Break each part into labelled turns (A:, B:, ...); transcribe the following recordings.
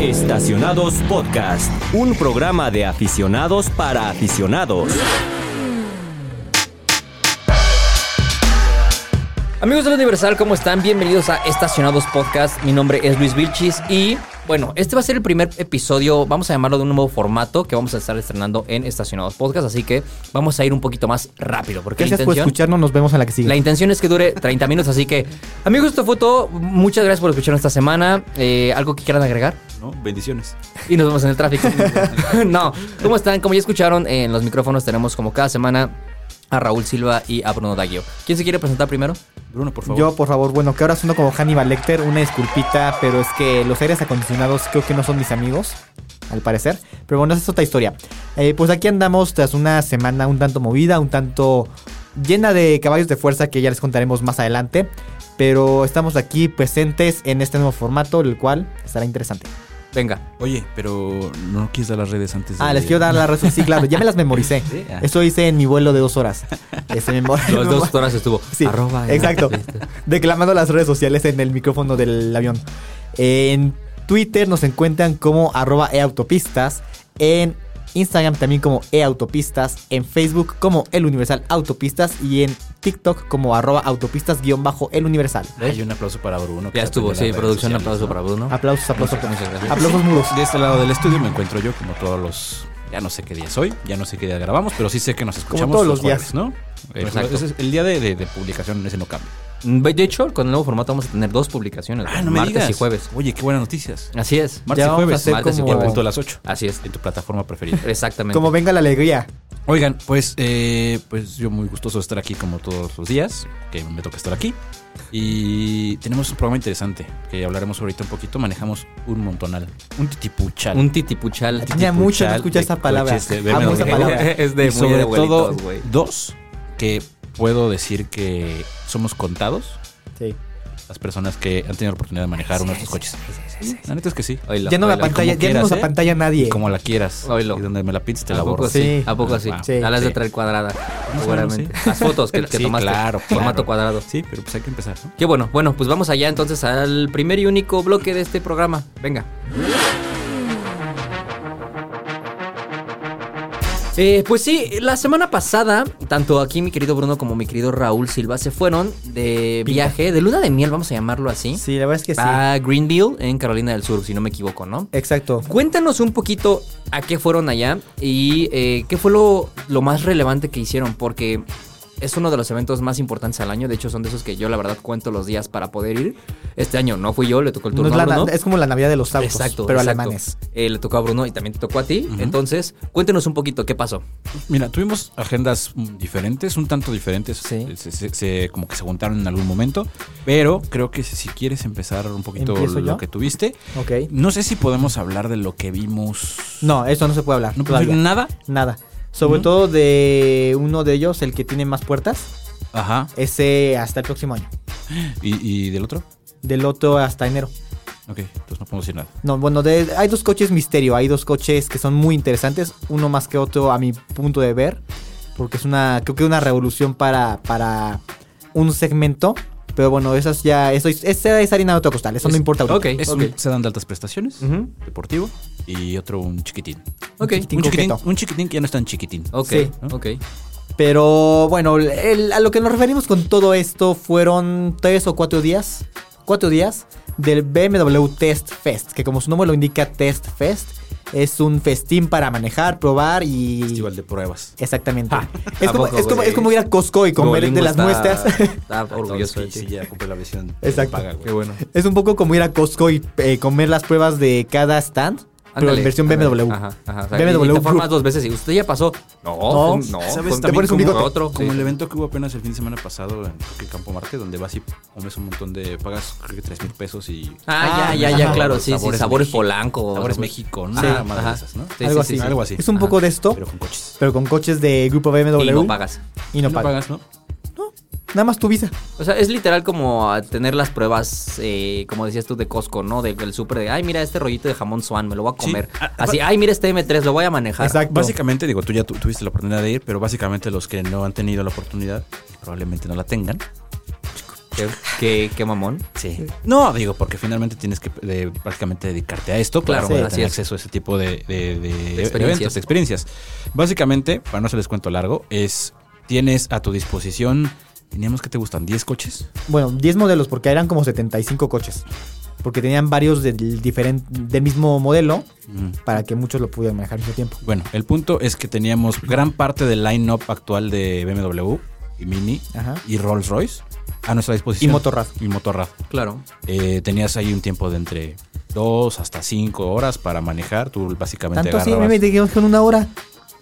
A: Estacionados Podcast, un programa de aficionados para aficionados.
B: Amigos del Universal, ¿cómo están? Bienvenidos a Estacionados Podcast. Mi nombre es Luis Vilchis y, bueno, este va a ser el primer episodio, vamos a llamarlo de un nuevo formato que vamos a estar estrenando en Estacionados Podcast, así que vamos a ir un poquito más rápido, porque la
C: Gracias por
B: intención,
C: escucharnos, pues, nos vemos en la que sigue.
B: la intención es que dure 30 minutos, así que, amigos, esto fue todo. Muchas gracias por escucharnos esta semana. Eh, ¿Algo que quieran agregar?
D: ¿no? Bendiciones.
B: Y nos vemos en el tráfico. no, ¿cómo están? Como ya escucharon, en los micrófonos tenemos como cada semana a Raúl Silva y a Bruno Daguio. ¿Quién se quiere presentar primero?
D: Bruno, por favor.
C: Yo, por favor, bueno, que ahora sueno como Hannibal Lecter, una disculpita, pero es que los aires acondicionados creo que no son mis amigos, al parecer. Pero bueno, esa es otra historia. Eh, pues aquí andamos tras una semana un tanto movida, un tanto llena de caballos de fuerza que ya les contaremos más adelante. Pero estamos aquí presentes en este nuevo formato, el cual estará interesante.
B: Venga.
D: Oye, pero no quieres dar las redes antes de...
C: Ah, les quiero dar la razón. Sí, claro, ya me las memoricé.
D: Sí, ah.
C: Eso hice en mi vuelo de dos horas. Este, me mor-
B: Los dos horas estuvo.
C: Sí,
B: Arroba, eh,
C: exacto. Declamando las redes sociales en el micrófono del avión. En Twitter nos encuentran como arroba eautopistas. En Instagram también como eautopistas. En Facebook como el universal autopistas. Y en TikTok como arroba autopistas guión bajo el universal.
D: Hay un aplauso para Bruno. que
B: Ya estuvo,
D: aprende
B: sí,
D: las
B: producción, un
D: redes
B: aplauso para
D: sociales,
B: Bruno.
C: Aplausos, aplausos.
B: Muchas gracias.
C: Aplausos mudos.
D: ¿no? De este lado del estudio me encuentro yo, como todos los... Ya no sé qué día es hoy, ya no sé qué día grabamos, pero sí sé que nos escuchamos
C: todos los
D: jueves,
C: días.
D: ¿no? Eh,
B: Exacto.
D: ese es el día de, de- de publicación, ese no cambia.
B: Mm, De hecho, con el nuevo formato vamos a tener dos publicaciones.
D: Ah,
C: Ah,
B: martes y jueves.
D: Oye, qué buenas noticias.
B: Así es.
D: Martes
C: Ya
D: y
C: vamos a
D: jueves.
C: hacer
D: martes
B: como-
D: y jueves. punto de las 8.
B: Así es.
D: En tu plataforma preferida.
B: Exactamente.
C: Como venga la alegría.
D: Oigan, pues, eh, pues yo muy gustoso de estar aquí como todos los días, que me toca estar aquí. Y tenemos un programa interesante que hablaremos ahorita un poquito. Manejamos un montonal, un titipuchal.
B: Un titipuchal.
C: Tenía mucho no escuchar esa palabra.
D: coches, eh, de
C: Amo
D: BMW.
C: esa palabra.
B: es de
D: y
B: muy de
D: sobre todo
B: abuelitos, güey.
D: dos que puedo decir que somos contados
C: Sí.
D: las personas que han tenido la oportunidad de manejar uno de estos coches. La neta es que sí.
B: Oilo,
C: Ya no la
B: oilo.
C: pantalla, ya no
D: quieras,
C: nos
D: ¿eh?
C: apantalla a
D: Y
C: nadie.
D: como la quieras.
B: Oilo.
D: Y donde me la pintes te
B: ¿A
D: la
B: poco
D: borro.
B: sí?
C: Sí.
B: ¿A poco sí?
D: Ah,
C: sí.
B: Ya las de
D: Sí.
B: traer cuadrada,
D: menos,
B: seguramente.
D: sí.
B: Las fotos que, que
D: Sí,
B: tomaste.
D: claro,
B: Formato
D: claro.
B: cuadrado.
D: Sí, pero pues hay que empezar, ¿no?
B: Qué bueno. Bueno, pues vamos allá entonces al primer y único bloque de este programa. Venga. Eh, pues sí, la semana pasada, tanto aquí mi querido Bruno como mi querido Raúl Silva se fueron de viaje, de luna de miel, vamos a llamarlo así,
C: Sí, la verdad es que sí.
D: Ah.
B: a Greenville, en Carolina del Sur, si no me equivoco, ¿no?
C: Exacto.
B: Cuéntanos un poquito a qué fueron allá y eh, qué fue lo, lo más relevante que hicieron, porque es uno de los eventos más importantes al año. De hecho, son de esos que yo, la verdad, cuento los días para poder ir. Este año no fui yo, le tocó el
C: No
B: turno
C: es,
B: a
C: la-
B: Bruno.
C: es como la Navidad de los autos,
B: Exacto,
C: pero
B: exacto.
C: alemanes.
B: Eh, le tocó a Bruno y también te tocó a ti.
D: Ujú.
B: Entonces, cuéntanos un poquito qué pasó.
D: Mira, tuvimos agendas mm, diferentes, un tanto diferentes.
B: Sí.
D: Se, se- se- como que se juntaron en algún momento. Pero creo que si, si quieres empezar un poquito
C: ¿Empiezo
D: lo
C: yo?
D: que tuviste.
C: Ok.
D: No sé si podemos hablar de lo que vimos.
C: No, eso no se puede hablar.
D: No
C: todavía.
D: podemos decir nada.
C: Nada. Sobre
D: ¿No?
C: todo de uno de ellos, el que tiene más puertas.
D: Ajá.
C: Ese hasta el próximo año.
D: ¿Y, y del otro?
C: Del otro hasta enero.
D: Ok, entonces no podemos decir nada.
C: No, bueno, de- hay dos coches misterio. Hay dos coches que son muy interesantes. Uno más que otro, a mi punto de ver. Porque es una, creo que una revolución para, para un segmento. Pero bueno, esas ya, eso es, esa es harina de otro costal. Eso no
B: Es-
C: importa. ahorita.
B: ok.
D: Es un sedán de altas prestaciones,
C: Ujú.
D: deportivo, y otro un chiquitín.
B: Ok,
C: chiquitín.
D: Un chiquitín,
C: coqueto.
D: un chiquitín que ya no es tan chiquitín.
B: ok,
C: Sí.
B: ok.
C: Pero bueno, el- a lo que nos referimos con todo esto fueron tres o cuatro días, cuatro días del BMW Test Fest, que como su nombre lo indica, Test Fest es un festín para manejar, probar y...
D: Festival de pruebas.
C: Exactamente.
B: Ah, ¿A
C: es, como,
B: poco,
C: es como-
B: güey?
C: es como ir a Costco y comer
B: Duolingo
C: de las
B: está-
C: muestras.
B: Está orgulloso de
D: Entonces,
B: ti.
D: sí, ya compré la versión.
C: Exacto.
D: paga, güey.
B: Qué bueno.
C: es un poco como ir a Costco y eh, comer las pruebas de cada stand, pero
B: Ándale,
C: en versión
B: ándale.
C: BMW.
B: Ajá, ajá. O sea,
C: BMW
B: y te
C: Group.
B: formas dos veces y usted ya pasó. No, pues,
C: No,
B: no.
D: ¿Sabes
B: con-
D: también
C: pones un
D: como-
C: bigote.
B: otro.
D: Como
B: Sí.
D: el evento que hubo apenas el fin de semana pasado en creo que Campo Marte, donde vas y comes un montón de. pagas creo que 3 mil pesos y.
B: Ah,
C: Ah,
B: ya, ya, ya,
C: ajá.
B: claro, sí, sí, sabores
D: México.
B: polanco.
D: Sabores México, ¿no?
B: Sí,
D: Nada más de
B: ajá.
D: esas, ¿no?
B: Sí,
C: Algo
B: sí,
C: así.
B: sí.
D: Algo así.
C: Es un
B: Ajá.
C: poco de esto,
D: Pero con coches.
C: pero con coches de grupo BMW.
B: Y no pagas.
C: Y no
D: No
C: pagas.
D: pagas, ¿no?
C: Nada más tu visa.
B: O sea, es literal como a tener las pruebas, eh, como decías tú, de Costco, ¿no? De- Del súper de, ay, mira este rollito de jamón Swan, me lo voy a
D: Sí.
B: comer.
D: Ah,
B: Así, ay, mira este M3, lo voy a manejar.
C: Exacto.
D: Básicamente, digo, tú ya tu- tuviste la oportunidad de ir, pero básicamente los que no han tenido la oportunidad, y probablemente no la tengan,
B: Qué, qué- qué mamón.
D: Sí. No, digo, porque finalmente tienes que eh, prácticamente dedicarte a esto, claro,
B: Claro,
D: para
B: así
D: tener
B: es.
D: acceso a ese tipo de, de- de
B: Experiencias.
D: eventos, de experiencias. Básicamente, para no hacerles cuento largo, es tienes a tu disposición, teníamos que te gustan 10 coches.
C: Bueno, 10 modelos, porque eran como 75 coches. Porque tenían varios del, diferen- del mismo modelo
B: Mm.
C: para que muchos lo pudieran manejar al mismo tiempo.
D: Bueno, el punto es que teníamos gran parte del line-up actual de BMW y Mini
C: Ajá.
D: y Rolls-Royce a nuestra disposición.
C: Y Motorrad.
D: Y Motorrad.
B: Claro.
D: Eh, tenías ahí un tiempo de entre 2 hasta 5 horas para manejar. Tú básicamente
C: Tanto así,
D: agarrabas-
C: me quedamos con una hora.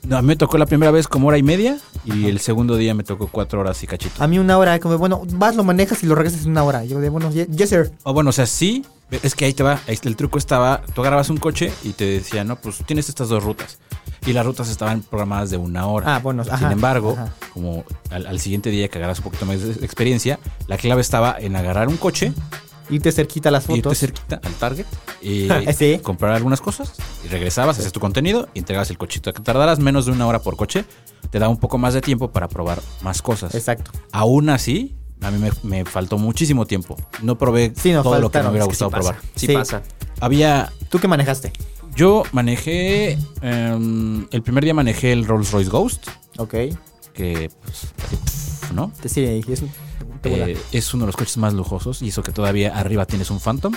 D: No, a mí me tocó la primera vez como hora y media y el segundo día me tocó cuatro horas y cachito.
C: A mí una hora, como bueno, vas, lo manejas y lo regresas en una hora. Yo de, bueno, ye- yes sir.
D: O bueno, o sea, sí, es que ahí te va, ahí está el truco estaba, tú agarrabas un coche y te decía, no, pues tienes estas dos rutas. Y las rutas estaban programadas de una hora.
C: Ah, bueno,
D: Sin
C: ajá,
D: embargo,
C: ajá.
D: como al, al siguiente día que agarras un poquito más de experiencia, la clave estaba en agarrar un coche,
C: Irte cerquita las
D: irte
C: fotos.
D: cerquita al Target, y
C: Sí.
D: comprar algunas cosas, y regresabas, hacías tu contenido y entregabas el cochito. Que tardaras menos de una hora por coche, te da un poco más de tiempo para probar más cosas.
C: Exacto.
D: Aún así, a mí me, me faltó muchísimo tiempo. No probé
C: Sí, nos
D: todo lo que me
C: faltaron,
D: hubiera
C: es que sí
D: gustado probar.
B: Sí,
C: Sí.
B: pasa.
D: Había.
C: ¿Tú qué manejaste?
D: Yo manejé. em, el primer día manejé el Rolls Royce Ghost,
C: Ok.
D: que. pues, así, pff, ¿No?
C: Te- Sí, es un- te vuela.
D: Eh, es uno de los coches más lujosos y eso que todavía arriba tienes un Phantom.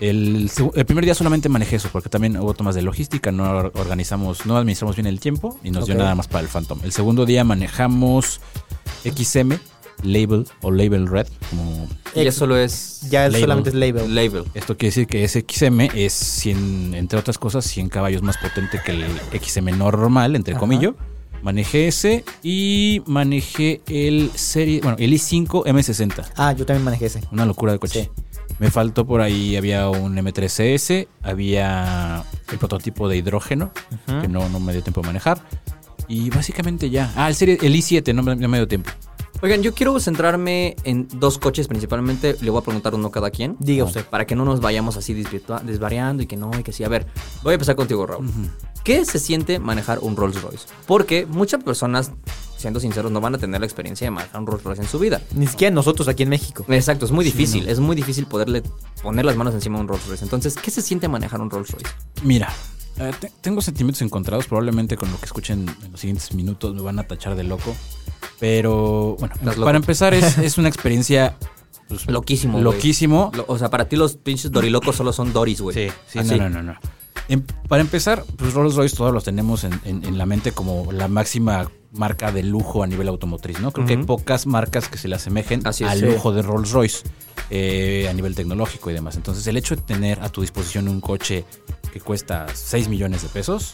D: El, segu- el primer día solamente manejé eso porque también hubo tomas de logística, no or- organizamos, no administramos bien el tiempo y nos
C: Ok.
D: dio nada más para el Phantom. El segundo día manejamos XM, Label o Label Red, como
B: Y eso solo es
C: ya
D: label.
C: solamente es label.
B: label.
D: Esto quiere decir que ese XM es, 100, entre otras cosas, 100 caballos más potente que el XM normal, entre
C: Ajá.
D: comillas. Manejé ese y manejé el serie, bueno, el i5 M60.
C: Ah, yo también manejé ese.
D: Una locura de coche. Me faltó por ahí, había un M3CS, había el prototipo de hidrógeno,
C: Ujú.
D: que no, no me dio tiempo de manejar. Y básicamente ya. Ah, el, serie, el i7, no, me- no me dio tiempo.
B: Oigan, yo quiero centrarme en dos coches principalmente. Le voy a preguntar uno cada quien.
C: Diga usted.
B: Para que no nos vayamos así desvirtua- desvariando y que no, y que sí. A ver, voy a empezar contigo, Raúl. ¿Qué se siente manejar un Rolls Royce? Porque muchas personas, siendo sinceros, no van a tener la experiencia de manejar un Rolls Royce en su vida.
C: Ni siquiera nosotros aquí en México.
B: Exacto, es muy difícil. Es muy difícil poderle poner las manos encima a un Rolls Royce. Entonces, ¿qué se siente manejar un Rolls Royce?
D: Mira, eh, te- tengo sentimientos encontrados. Probablemente con lo que escuchen en los siguientes minutos me van a tachar de loco. Pero bueno,
B: Estás loco.
D: para empezar es, es una experiencia pues,
B: Loquísimo, güey.
D: Loquísimo.
B: Lo- o sea, para ti los pinches dorilocos solo son doris, güey.
D: Sí, sí,
B: Así.
D: no, no, no. no. Em- para empezar, pues Rolls Royce todos los tenemos en, en- en la mente como la máxima marca de lujo a nivel automotriz, ¿no? Creo que hay
B: Ujú.
D: pocas marcas que se le asemejen
B: Así es,
D: al
B: sí.
D: lujo de Rolls Royce eh, a nivel tecnológico y demás. Entonces, el hecho de tener a tu disposición un coche que cuesta 6 millones de pesos,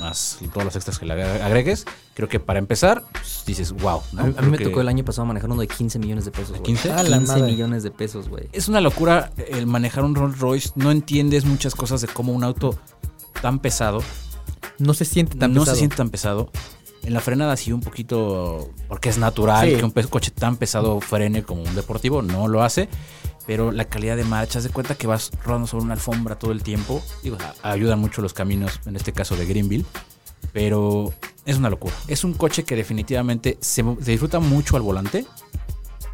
D: más todos los extras que le agre- agregues, creo que para empezar, pues, dices, wow. ¿no?
B: A mí, a mí
D: Creo
B: me
D: que
B: tocó el año pasado manejar uno de 15 millones de pesos. güey.
D: 15?
C: A la
B: 15
C: madre.
B: millones de pesos, güey.
D: es una locura el manejar un Rolls Royce. No entiendes muchas cosas de cómo un auto tan pesado
C: No se siente tan
D: no
C: pesado.
D: se siente tan pesado. En la frenada sí un poquito, porque es natural
C: Sí.
D: que un pe- coche tan pesado frene como un deportivo, no lo hace. Pero la calidad de marcha, haz de cuenta que vas rodando sobre una alfombra todo el tiempo. Digo, a- ayudan mucho los caminos, en este caso de Greenville. Pero es una locura. Es un coche que definitivamente se, mo- se disfruta mucho al volante.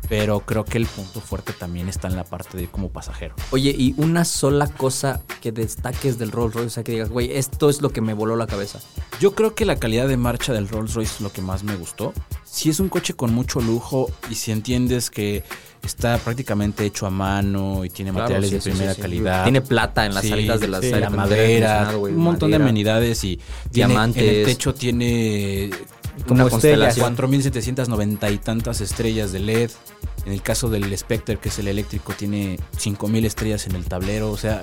D: Pero creo que el punto fuerte también está en la parte de como pasajero.
B: Oye, y una sola cosa que destaques del Rolls Royce, o sea, que digas, güey, esto es lo que me voló la cabeza.
D: Yo creo que la calidad de marcha del Rolls Royce es lo que más me gustó. Si es un coche con mucho lujo y si entiendes que está prácticamente hecho a mano y tiene
B: Claro,
D: materiales
B: sí,
D: de
B: sí,
D: primera
B: sí, sí.
D: calidad.
B: Tiene plata en las
D: Sí,
B: salidas de las
D: sí,
B: aire
D: la
B: acondicionado,
D: madera,
B: güey,
D: un montón de
B: madera.
D: amenidades y tiene- en el
B: Diamantes.
D: techo tiene
C: Como
B: Una
C: estrellas.
B: constelación.
D: 4.790 y tantas estrellas de LED. En el caso del Spectre, que es el eléctrico, tiene 5.000 estrellas en el tablero. O sea,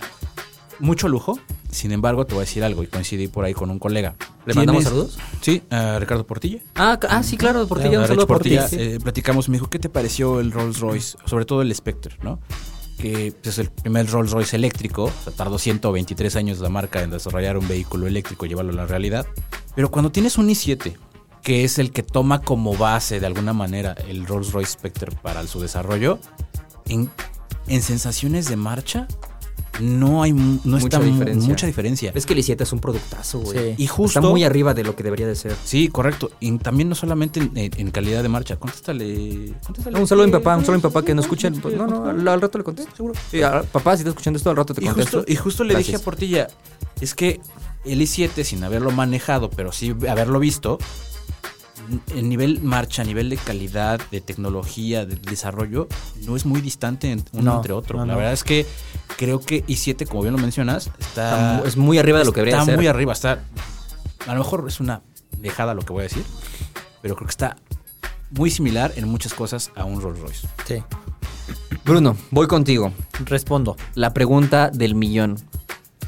D: mucho lujo. Sin embargo, te voy a decir algo y coincidí por ahí con un colega.
B: ¿Le mandamos
D: Tienes-
B: saludos?
D: Sí, a Ricardo Portilla.
B: Ah, ca- ah, sí, claro, porque ya
D: A
B: un
D: Rich
B: saludo por ti.
D: Portilla,
B: sí.
D: eh, platicamos, me dijo, ¿qué te pareció el Rolls Royce? Sobre todo el Spectre, ¿no? Que pues, es el primer Rolls Royce eléctrico. O sea, tardó 123 años la marca en desarrollar un vehículo eléctrico y llevarlo a la realidad. Pero cuando tienes un i7, que es el que toma como base de alguna manera el Rolls Royce Spectre para su desarrollo, en, en sensaciones de marcha, no hay mu- no
B: Mucha
D: está mu-
B: diferencia.
D: mucha diferencia.
B: Es que el i7 es un productazo, güey.
C: Sí.
D: Y justo-
B: Está muy arriba de lo que debería de ser.
D: Sí, correcto. Y también no solamente en, en- en calidad de marcha. Contéstale. contéstale.
B: Un saludo a mi papá, un saludo a mi papá que no escucha. el- No, no, al, al rato le contesto, seguro. Sí, a- papá, si estás escuchando esto, al rato te
D: Y
B: contesto.
D: justo, y justo le dije
B: Gracias.
D: a Portilla, es que el i7, sin haberlo manejado, pero sí haberlo visto, el nivel marcha, nivel de calidad, de tecnología, de desarrollo, no es muy distante en- uno
C: No,
D: entre otro.
C: no,
D: La
C: no.
D: verdad es que creo que i7, como bien lo mencionas,
B: Está
D: está,
B: mu- es muy arriba de lo que debería de
D: está
B: ser.
D: muy arriba. Está, a lo mejor es una dejada lo que voy a decir, pero creo que está muy similar en muchas cosas a un Rolls Royce.
C: Sí.
B: Bruno, voy contigo.
C: Respondo.
B: La pregunta del millón.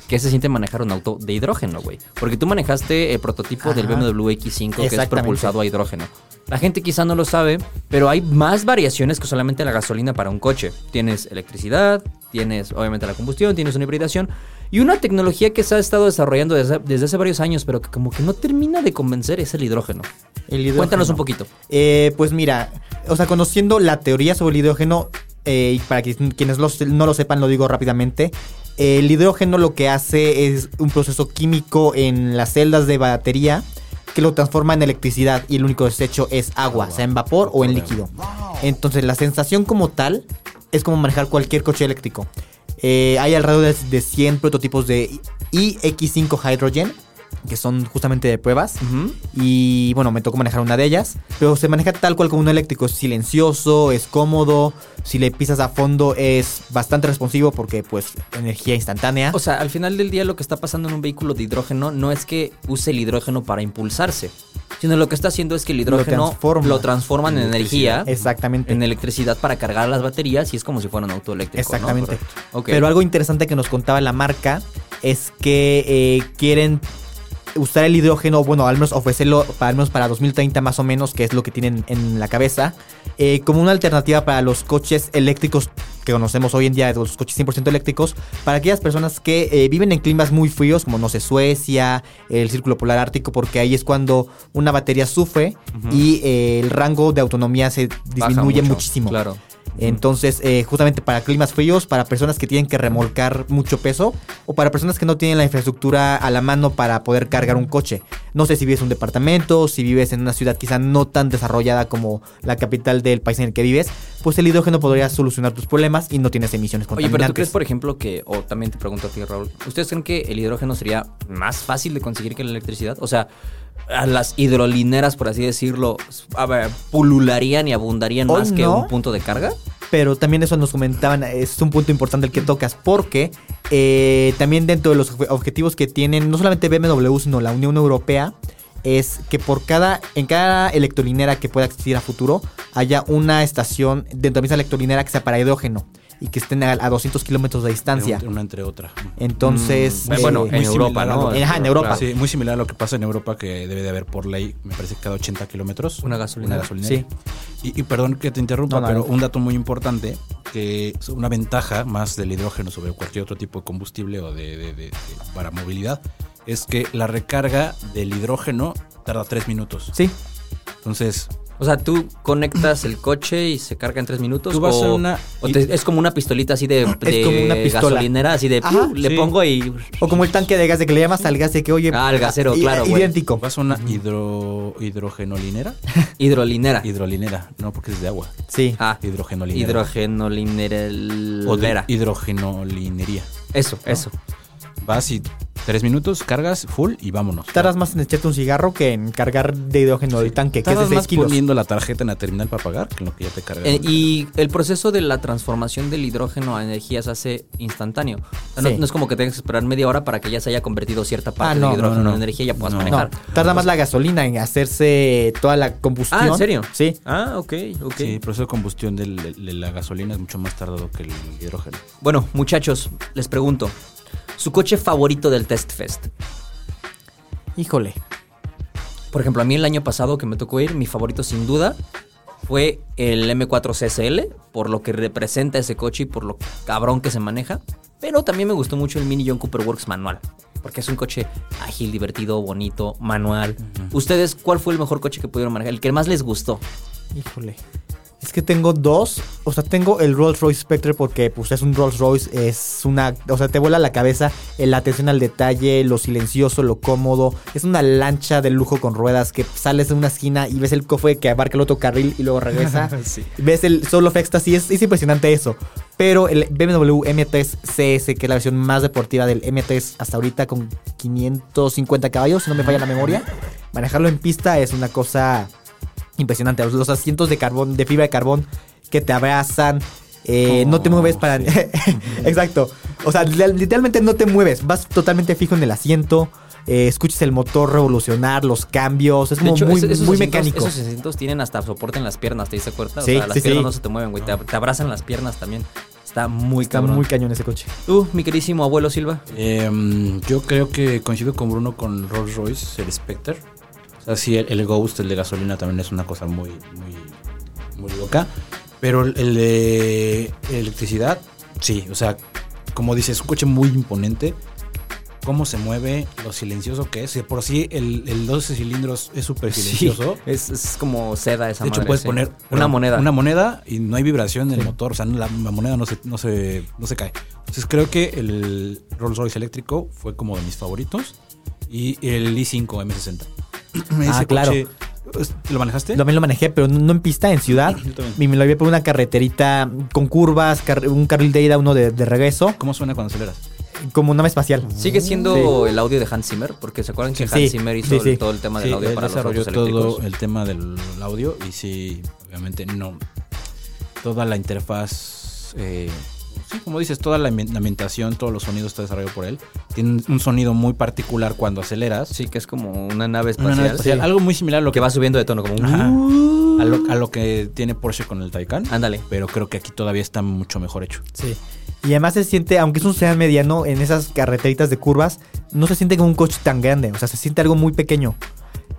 B: ¿Qué se siente manejar un auto de hidrógeno, güey? Porque tú manejaste el prototipo del
C: Ajá.
B: BMW X5 que es
C: Exactamente.
B: propulsado a hidrógeno. La gente quizá no lo sabe, pero hay más variaciones que solamente la gasolina para un coche. Tienes electricidad, tienes obviamente la combustión, tienes una hibridación y una tecnología que se ha estado desarrollando desde, desde hace varios años, pero que como que no termina de convencer es el hidrógeno.
C: El hidrógeno.
B: Cuéntanos un poquito.
C: Eh, pues mira, o sea, conociendo la teoría sobre el hidrógeno, eh, y para que- quienes lo se- no lo sepan, lo digo rápidamente. El hidrógeno lo que hace es un proceso químico en las celdas de batería que lo transforma en electricidad y el único desecho es agua, sea en vapor o en líquido. Entonces la sensación como tal es como manejar cualquier coche eléctrico. Eh, hay alrededor de, de 100 prototipos de iX5 Hydrogen, que son justamente de pruebas. Y bueno, me tocó manejar una de ellas. Pero se maneja tal cual como un eléctrico. Es silencioso, es cómodo. Si le pisas a fondo es bastante responsivo porque pues energía instantánea.
B: O sea, al final del día lo que está pasando en un vehículo de hidrógeno no es que use el hidrógeno para impulsarse, sino lo que está haciendo es que el hidrógeno lo,
C: transforma.
B: transforman en energía,
C: Exactamente.
B: en electricidad para cargar las baterías y es como si fuera un auto eléctrico. ¿no?
C: Exactamente.
B: Correcto. Ok.
C: Pero algo interesante que nos contaba la marca es que eh, quieren usar el hidrógeno, bueno, al menos ofrecerlo para, al menos para 2030 más o menos, que es lo que tienen en la cabeza, eh, como una alternativa para los coches eléctricos que conocemos hoy en día, los coches 100% eléctricos, para aquellas personas que eh, viven en climas muy fríos, como no sé, Suecia, el Círculo Polar Ártico, porque ahí es cuando una batería sufre y eh, el rango de autonomía se
B: Baja
C: disminuye
B: mucho,
C: muchísimo.
B: Claro.
C: Entonces, eh, justamente para climas fríos, para personas que tienen que remolcar mucho peso o para personas que no tienen la infraestructura a la mano para poder cargar un coche. No sé si vives en un departamento, si vives en una ciudad quizá no tan desarrollada como la capital del país en el que vives, pues el hidrógeno podría solucionar tus problemas y no tienes emisiones
B: Oye,
C: contaminantes.
B: pero tú crees, por ejemplo, que, o también te pregunto a ti, Raúl, ¿ustedes creen que el hidrógeno sería más fácil de conseguir que la electricidad? O sea, a las hidrolineras, por así decirlo, a ver, pulularían y abundarían
C: Hoy
B: más que
C: no.
B: un punto de carga.
C: pero también eso nos comentaban, es un punto importante el que tocas, porque eh, también dentro de los obje- objetivos que tienen, no solamente BMW, sino la Unión Europea, es que por cada, en cada electrolinera que pueda existir a futuro, haya una estación dentro de esa electrolinera que sea para hidrógeno y que estén a, a 200 kilómetros de distancia.
D: Entre Una entre otra.
C: Entonces,
B: Mm, bueno,
C: eh,
B: en Europa,
D: similar a
B: ¿no?
D: lo-
C: Ajá, en Europa.
D: Sí, muy similar a lo que pasa en Europa, que debe de haber por ley, me parece que cada 80 kilómetros.
B: Una gasolinera.
D: Una gasolinera. Y, y perdón que te interrumpa,
C: No, no,
D: pero
C: no.
D: un dato muy importante, que es una ventaja más del hidrógeno sobre cualquier otro tipo de combustible o de, de- de- de- para movilidad, es que la recarga del hidrógeno tarda 3 minutos.
C: sí,
D: Entonces,
B: O sea, tú conectas el coche y se carga en tres minutos.
D: Tú vas
B: o,
D: a una-
B: o te- es como una pistolita así de, de
C: como una pistola.
B: gasolinera, así de
C: Ajá,
B: ¡piu! le
D: sí.
B: pongo y.
C: o como el tanque de gas de que le llamas al gas de que, oye,
B: Ah, al gasero,
C: i-
B: claro, güey.
C: idéntico.
D: vas a una hidro, hidrogenolinera.
B: Hidrolinera.
D: Hidrolinera, no porque es de agua.
C: Sí.
B: ah,
D: Hidrogenolinera. o de-
B: hidrogenolinera.
D: hidrogenolinería.
B: Eso, eso.
D: Vas y tres minutos, cargas full y vámonos.
C: Tardas más en echarte un cigarro que en cargar de hidrógeno el tanque, que es de
D: Tardas
C: 6
D: más
C: kilos.
D: poniendo la tarjeta en la terminal para pagar que en lo que ya te cargas.
B: Eh, y el proceso de la transformación del hidrógeno a energía se hace instantáneo. O sea, no,
C: Sí.
B: no es como que tengas que esperar media hora para que ya se haya convertido cierta parte
C: no,
B: del
C: no,
B: hidrógeno
D: no.
B: en energía y ya puedas
D: No.
B: manejar.
C: No, tarda más la gasolina en hacerse toda la combustión.
B: Ah, ¿en serio?
C: Sí.
B: Ah, ok, ok.
D: Sí, el proceso de combustión del- de, la gasolina es mucho más tardado que el hidrógeno.
B: Bueno, muchachos, les pregunto. ¿Su coche favorito del Test Fest?
C: Híjole.
B: Por ejemplo, a mí el año pasado que me tocó ir, mi favorito sin duda fue el M4 CSL, por lo que representa ese coche y por lo cabrón que se maneja. Pero también me gustó mucho el Mini John Cooper Works manual, porque es un coche ágil, divertido, bonito, manual. ¿Ustedes cuál fue el mejor coche que pudieron manejar? El que más les gustó.
C: Híjole. Es Es que tengo dos. O sea, tengo el Rolls Royce Spectre porque pues es un Rolls Royce. Es una... O sea, te vuela la cabeza eh, la atención al detalle, lo silencioso, lo cómodo. Es una lancha de lujo con ruedas que sales de una esquina y ves el cofre que abarca el otro carril y luego regresa.
D: Sí.
C: Ves el solo of Ecstasy. Es, es impresionante eso. Pero el BMW M3 CS, que es la versión más deportiva del M3 hasta ahorita con 550 caballos, si no me falla la memoria. Manejarlo en pista es una cosa impresionante. Los, los asientos de carbón, de fibra de carbón que te abrazan. eh,
D: Oh,
C: no te mueves para. Exacto. O sea, li- literalmente no te mueves. Vas totalmente fijo en el asiento. eh, escuchas el motor revolucionar, los cambios. Es
B: De
C: como
B: hecho,
C: muy,
B: es- esos
C: muy
B: asientos-
C: mecánico.
B: Esos asientos tienen hasta soporte en las piernas, ¿te diste cuenta? O
C: Sí,
B: sea, las
C: sí,
B: piernas
C: sí.
B: no se te mueven, güey. Te, te abrazan las piernas también. Está muy
C: Está
B: cabrón.
C: muy cañón ese coche.
B: Tú, mi queridísimo abuelo Silva.
D: Em, yo creo que coincido con Bruno con Rolls Royce, el Spectre. O sea, sí, el, el Ghost, el de gasolina, también es una cosa muy, muy, muy loca. Pero el, el de electricidad, sí. O sea, como dices, un coche muy imponente. Cómo se mueve, lo silencioso que es. De Por sí, el, el 12 cilindros es súper silencioso.
B: Es, es como seda esa
D: De hecho,
B: madre,
D: puedes
B: sí.
D: poner
B: una moneda.
D: Una moneda y no hay vibración en el motor. O sea, no- la, la moneda no se, no, se, no se cae. Entonces creo que el Rolls Royce eléctrico fue como de mis favoritos. Y el i5 M60.
C: Ah, claro.
D: coche, es- ¿Lo manejaste?
C: También lo manejé, pero no en pista, en ciudad.
D: Yo también.
C: Y me lo llevé por una carreterita con curvas, car- un carril de ida, uno de, de regreso,
D: ¿Cómo suena cuando aceleras?
C: como una nave espacial.
B: Sigue siendo el audio de Hans Zimmer, porque se acuerdan que
C: Sí,
B: Hans
C: sí,
B: Zimmer hizo
C: sí, sí.
B: el- todo el tema del
D: Sí, eh,
B: audio
D: él
B: para los
D: desarrolló
B: autos eléctricos.
D: todo el tema del audio y sí, obviamente no. Toda la interfaz, eh, sí, como dices, toda la ambi- la ambientación, todos los sonidos está desarrollado por él. Tiene un sonido muy particular cuando aceleras.
B: Sí, que es como una nave espacial.
D: Una nave espacial,
B: Sí.
D: Algo muy similar a lo
B: que
D: que, Uh.
B: va subiendo de tono, como un...
D: Ajá. a lo, a lo que tiene Porsche con el Taycan.
B: Ándale.
D: Pero creo que aquí todavía está mucho mejor hecho.
C: Sí. Y además se siente, aunque es un sedán mediano, en esas carreteritas de curvas, no se siente como un coche tan grande. O sea, se siente algo muy pequeño.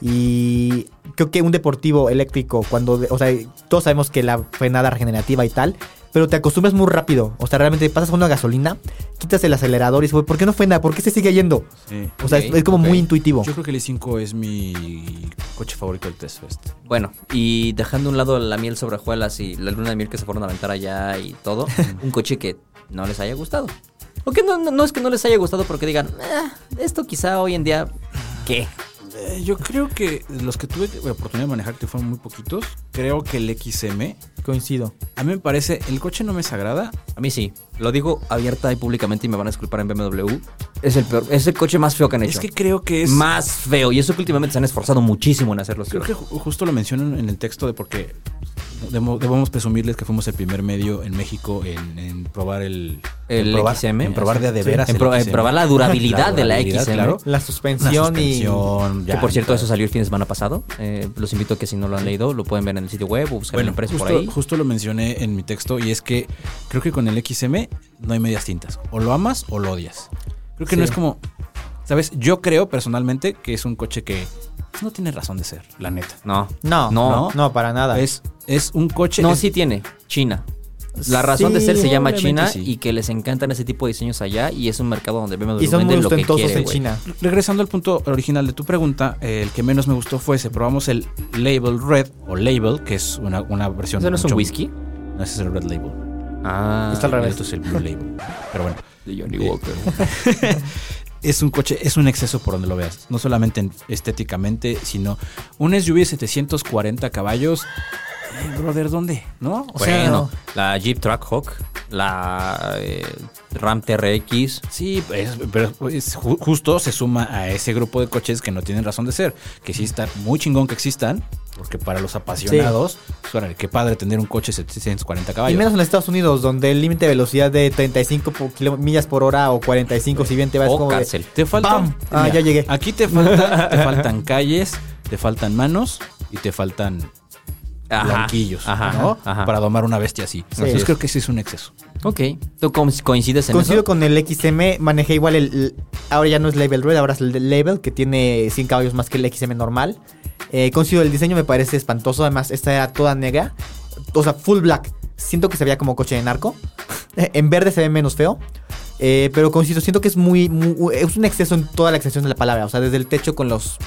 C: Y creo que un deportivo eléctrico, cuando, de- o sea, todos sabemos que la frenada regenerativa y tal, pero te acostumbras muy rápido. O sea, realmente pasas una gasolina, quitas el acelerador y dices, ¿por qué no frena? ¿Por qué se sigue yendo?
D: Sí.
C: O sea, es-
B: Ok,
C: es, como
B: ok.
C: muy intuitivo.
D: Yo creo que el i5 es mi coche favorito del este. Test Fest.
B: Bueno, y dejando a un lado la miel sobre hojuelas y la luna de miel que se fueron a aventar allá y todo, un coche que no les haya gustado. O que no, no, no es que no les haya gustado porque digan, "Ah, esto quizá hoy en día, ¿qué?
D: Eh, yo creo que los que tuve la oportunidad de manejar, que fueron muy poquitos, creo que el XM,
C: Coincido.
D: a mí me parece, el coche no me desagrada.
B: A mí sí, lo digo abierta y públicamente y me van a disculpar en BMW. Es el peor, es el coche más feo que han hecho.
D: Es que creo que es...
B: Más feo. Y eso que últimamente se han esforzado muchísimo en hacerlo.
D: Creo
B: peor.
D: que ju- justo lo mencionan en el texto de porque debo- debemos presumirles que fuimos el primer medio en México en, en probar el...
B: El
D: en probar,
B: XM.
D: En probar de a de
C: Sí,
D: veras
B: en
D: el
B: pro- en
D: XM.
B: probar la durabilidad de la XM.
D: claro.
C: La
D: La
C: suspensión,
D: suspensión,
B: Que por cierto, eso
D: es
B: salió el fin de semana pasado. Eh, los invito a que si no lo han leído, lo pueden ver en el sitio web o buscar en la
D: Bueno,
B: empresa
D: justo,
B: por ahí.
D: justo lo mencioné en mi texto y es que creo que con el XM no hay medias tintas. O lo amas o lo odias. Creo que no
C: Sí.
D: es como... ¿Sabes? Yo creo personalmente que es un coche que pues, no tiene razón de ser, la neta.
B: No.
C: y... No, no,
B: No.
C: no, para nada.
D: Es, es un coche...
B: No,
D: es-
B: sí tiene. China. La razón de
C: Sí,
B: ser se llama China
D: probablemente sí.
B: y que les encantan ese tipo de diseños allá y es un mercado donde BMW
C: y son muy
B: vende lo que
C: ostentosos
B: quiere,
C: en
B: güey.
C: China.
D: Regresando al punto original de tu pregunta, eh, el que menos me gustó fue ese. Probamos el Label Red o Label, que es una, una versión...
B: ¿Eso no es un
D: mucho-
B: whisky?
D: No, ese es el Red Label.
B: Ah.
C: Está al revés.
D: Esto es el Blue Label. Pero bueno.
B: De Johnny
D: Eh,
B: Walker.
D: es un coche, es un exceso por donde lo veas. No solamente en- estéticamente, sino un SUV de 740 caballos. Eh, brother, ¿dónde? ¿No? O sea,
B: bueno, la Jeep Trackhawk, la eh, Ram TRX.
D: Sí, es- pero es ju- justo se suma a ese grupo de coches que no tienen razón de ser. Que sí está muy chingón que existan, porque para los apasionados, pues, órale, qué padre tener un coche de 740
C: Y
D: caballos.
C: menos en Estados Unidos, donde el límite de velocidad de 35 po- kilo- millas por hora o 45, si bien te vas
B: O
C: como de-
B: cárcel.
D: Te
C: ¡Pam!
D: faltan.
C: Ah, ya llegué.
D: Aquí te, falta- te faltan calles, te faltan manos y te faltan blanquillos,
B: ajá,
D: ¿no?
B: ajá.
D: Para domar una bestia así. Entonces
C: es.
D: creo que sí es un exceso.
B: Ok. ¿Tú com- coincides en
C: Coincido
B: eso?
C: con el XM, manejé igual el, el- Ahora ya no es Label Red, ahora es el de Label, que tiene 100 caballos más que el XM normal. Eh, coincido, el diseño me parece espantoso, además esta era toda negra, o sea, full black. Siento que se veía como coche de narco. en verde se ve menos feo. eh, pero coincido, siento que es muy, muy- Es un exceso en toda la extensión de la palabra, o sea, desde el techo con los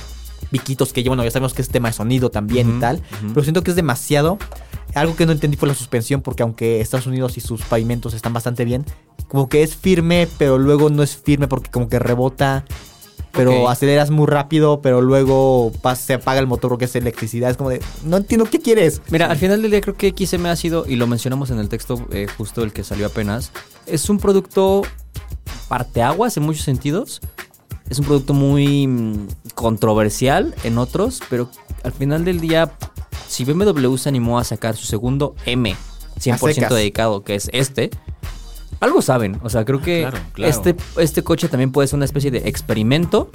C: piquitos que llevan, bueno, ya sabemos que es tema de sonido también y
B: Ujú,
C: tal,
B: ujú.
C: pero siento que es demasiado. Algo que no entendí fue la suspensión, porque aunque Estados Unidos y sus pavimentos están bastante bien, como que es firme, pero luego no es firme porque como que rebota. Pero
B: Ok.
C: aceleras muy rápido, pero luego pas- se apaga el motor porque es electricidad. Es como de, no entiendo qué quieres.
B: Mira, al final del día creo que XM ha sido, y lo mencionamos en el texto eh, justo el que salió apenas, es un producto parteaguas en muchos sentidos. Es un producto muy mm, controversial en otros, pero al final del día, si BMW se animó a sacar su segundo M,
C: A
B: 100%
C: secas.
B: dedicado, que es este, algo saben. O sea, creo
C: Ah,
B: que
D: claro, claro.
B: Este, este coche también puede ser una especie de experimento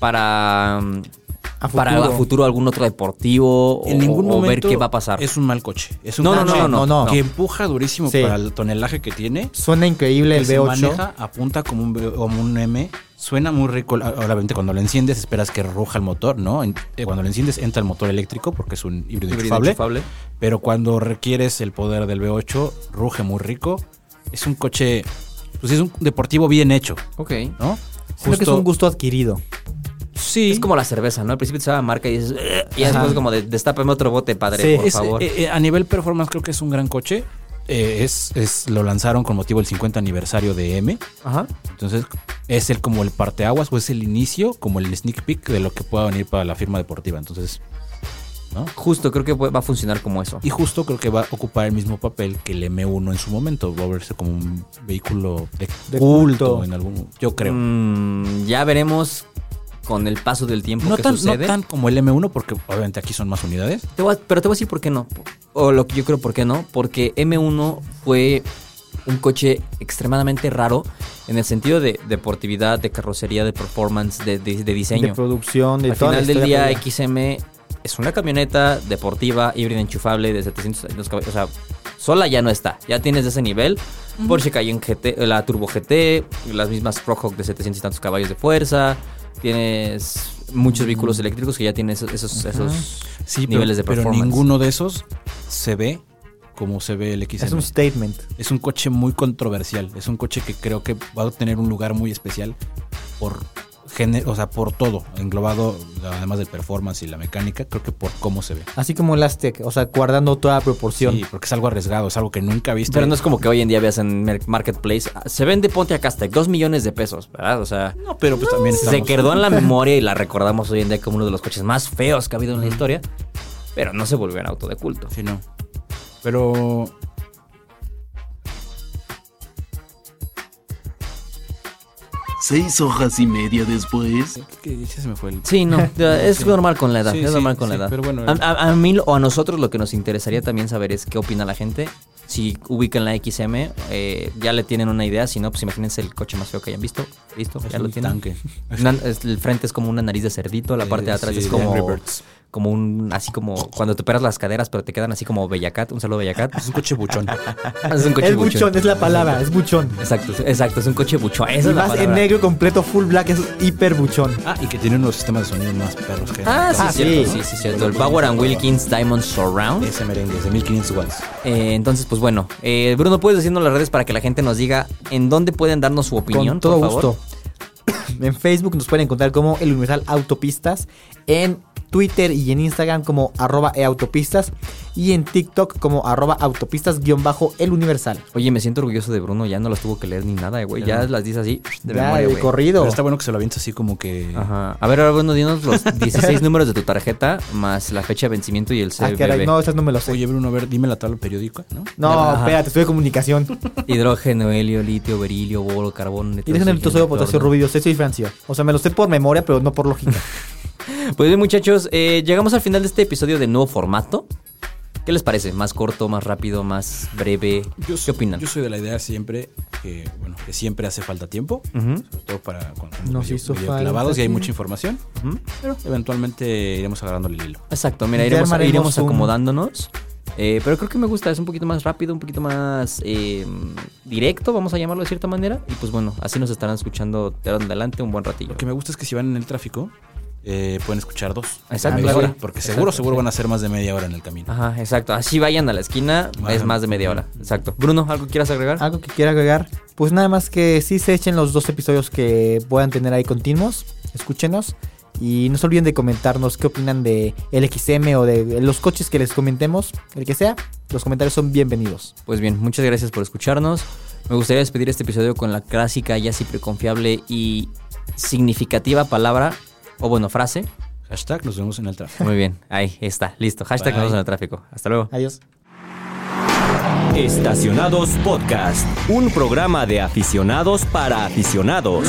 B: para... mm,
C: A
B: Para
C: futuro.
B: a futuro algún otro deportivo o,
D: en ningún
B: o
D: momento
B: ver qué va a pasar.
D: Es un mal coche. Es un
B: No, no,
D: coche
B: no, no,
C: no, no.
D: Que empuja durísimo
C: Sí.
D: para el tonelaje que tiene.
C: Suena increíble el
D: que se
C: V8.
D: maneja, apunta como un, V- como un M. Suena muy rico. la- Obviamente, cuando lo enciendes, esperas que ruja el motor, ¿no? En- eh, cuando lo enciendes, entra el motor eléctrico porque es un híbrido, enchufable. Pero cuando requieres el poder del V8, ruge muy rico. Es un coche. Pues es un deportivo bien hecho,
B: Ok.
D: ¿no?
C: Siento que es
D: Justo-
C: un gusto adquirido.
D: Sí.
B: Es como la cerveza, ¿no? Al principio te sabe a marca y dices... "Ugh", Y ya
C: Ajá.
B: después es como de, destápame otro bote, padre,
C: Sí,
B: por
D: Es,
B: favor.
D: eh, eh, a nivel performance creo que es un gran coche. Eh, es, es- lo lanzaron con motivo del 50 aniversario de M.
B: Ajá.
D: Entonces es el como el parteaguas o es el inicio, como el sneak peek de lo que pueda venir para la firma deportiva. Entonces, ¿no?
B: Justo, creo que va a funcionar como eso.
D: Y justo creo que va a ocupar el mismo papel que el M1 en su momento. Va a verse como un vehículo de,
C: De
D: culto,
C: culto.
D: en algún, yo creo.
B: Mm, ya veremos con el paso del tiempo
D: no,
B: qué
D: tan, no
B: sucede.
D: tan como el M1 porque obviamente aquí son más unidades.
B: Te voy a- pero te voy a decir por qué no. O lo que yo creo por qué no. Porque M1 fue un coche extremadamente raro en el sentido de deportividad, de carrocería, de performance, de, de- de diseño.
C: De producción, de
B: Al
C: toda la
B: final del
C: historia pues,
B: día,
C: previa.
B: XM es una camioneta deportiva, híbrida enchufable de 700 caballos. O sea, sola ya no está. Ya tienes de ese nivel. Porsche Cayenne GT, eh, la Turbo GT, las mismas Rockhawk de 700 y tantos caballos de fuerza. Tienes muchos vehículos eléctricos que ya tienen esos, esos, esos
D: Sí, pero-
B: niveles de
D: pero,
B: performance.
D: ninguno de esos se ve como se ve el XM.
C: Es un statement.
D: Es un coche muy controversial. Es un coche que creo que va a tener un lugar muy especial por género, o sea, por todo, englobado además del performance y la mecánica, creo que por cómo se ve.
C: Así como el Aztec, o sea, guardando toda proporción.
D: Sí, porque es algo arriesgado, es algo que nunca viste.
B: Pero no es como que hoy en día veas en mer- Marketplace. ah, Se vende Ponte a Castec, 2 millones de pesos, ¿verdad? O sea,
D: No, pero pues también
B: se
D: estamos-
B: quedó en la memoria y la recordamos hoy en día como uno de los coches más feos que ha habido en la historia. Pero no se volvió un auto de culto.
D: Sí, no. Pero
E: Seis hojas y media después.
D: ¿qué dices? Se me fue el
B: Sí, no, ya, es
D: Sí.
B: normal con la edad,
D: Sí,
B: es
D: sí,
B: normal con
D: sí,
B: la edad.
D: pero bueno,
B: a, a- a mí o a nosotros lo que nos interesaría también saber es qué opina la gente. Si ubican la XM, eh, ya le tienen una idea. Si no, pues imagínense el coche más feo que hayan visto. Listo,
D: es
B: ya lo
D: un
B: tienen.
D: tanque.
B: Una- es- el frente es como una nariz de cerdito, la parte de atrás
D: Sí,
B: es
D: de
B: como,
D: Angry Birds.
B: como un, así como cuando te operas las caderas, pero te quedan así como Bellacat, un saludo Bellacat.
D: Es un coche buchón.
B: es un coche
C: es buchón, es la palabra, es buchón.
B: Exacto, exacto, es un coche buchón. Esa
C: y
B: es la
C: más en
B: palabra.
C: negro completo, full black, es hiper buchón.
D: ah, y que tiene unos sistemas de sonido más perros que
B: Ah, sí,
C: Ah,
B: cierto,
C: sí.
B: sí, sí, cierto. El Power and Wilkins Diamond Surround.
D: ese merengue es de 1500 watts.
B: Eh, entonces, pues bueno, eh, Bruno, puedes decirnos las redes para que la gente nos diga en dónde pueden darnos su opinión.
C: Con todo
B: por favor?
C: gusto. En Facebook nos pueden encontrar como El Universal Autopistas. En Twitter y en Instagram como arroba eautopistas. Y en TikTok como arroba autopistas guión bajo El Universal.
B: Oye, me siento orgulloso de Bruno, ya no las tuvo que leer ni nada, eh, güey. Ya las dices así de
C: ya,
B: memoria,
C: de
B: güey.
C: corrido.
D: Pero está bueno que se lo avientes así como que
B: Ajá. A ver, ahora Bruno, dinos los 16 números de tu tarjeta más la fecha de vencimiento y el
C: Ah,
B: CBB.
C: caray, no, esas no me lo sé.
D: Oye, Bruno, a ver, dime la tabla periódica, ¿no?
C: no,
B: Ajá.
C: espérate, estoy de comunicación.
B: Hidrógeno, helio, litio, berilio, boro, carbón.
C: Y déjenme el sodio, potasio, rubidio, sexo y Francia. O sea, me lo sé por memoria, pero no por lógica.
B: Pues bien, muchachos, eh, llegamos al final de este episodio de nuevo formato. ¿Qué les parece? ¿Más corto, más rápido, más breve? ¿Qué
D: soy-
B: opinan?
D: Yo soy de la idea siempre que, bueno, que siempre hace falta tiempo,
B: Ujú.
D: sobre todo para cuando estamos
C: Nos hizo falta
D: clavados y hay
C: tiempo.
D: mucha información,
B: Ujú.
D: pero eventualmente iremos agarrándole el hilo.
B: Exacto, mira,
C: Ya
B: iremos,
C: armaremos
B: iremos
C: un-
B: acomodándonos. Eh, pero creo que me gusta, es un poquito más rápido, un poquito más eh, directo, vamos a llamarlo de cierta manera. Y pues bueno, así nos estarán escuchando de ahora en adelante un buen ratillo.
D: Lo que me gusta es que si van en el tráfico, eh, pueden escuchar dos.
B: Exacto,
D: Media
B: claro.
D: hora, porque
B: Exacto,
D: seguro,
B: Ah.
D: seguro
B: sí.
D: van a ser más de media hora en el camino.
B: Ajá, exacto. Así vayan a la esquina,
D: Ajá.
B: es más de media hora. Exacto. Bruno, ¿algo quieras agregar?
C: Algo que quiera agregar, pues nada más que sí se echen los dos episodios que puedan tener ahí continuos, escúchenos Y no se olviden de comentarnos qué opinan de el XM o de los coches que les comentemos, el que sea. Los comentarios son bienvenidos.
B: Pues bien, muchas gracias por escucharnos. Me gustaría despedir este episodio con la clásica, ya siempre confiable y significativa palabra, o bueno, frase.
D: Hashtag nos vemos en el tráfico.
B: Muy bien, ahí está, listo. Hashtag
D: Bye.
B: nos vemos en el tráfico. Hasta luego.
C: Adiós.
A: Estacionados Podcast, un programa de aficionados para aficionados.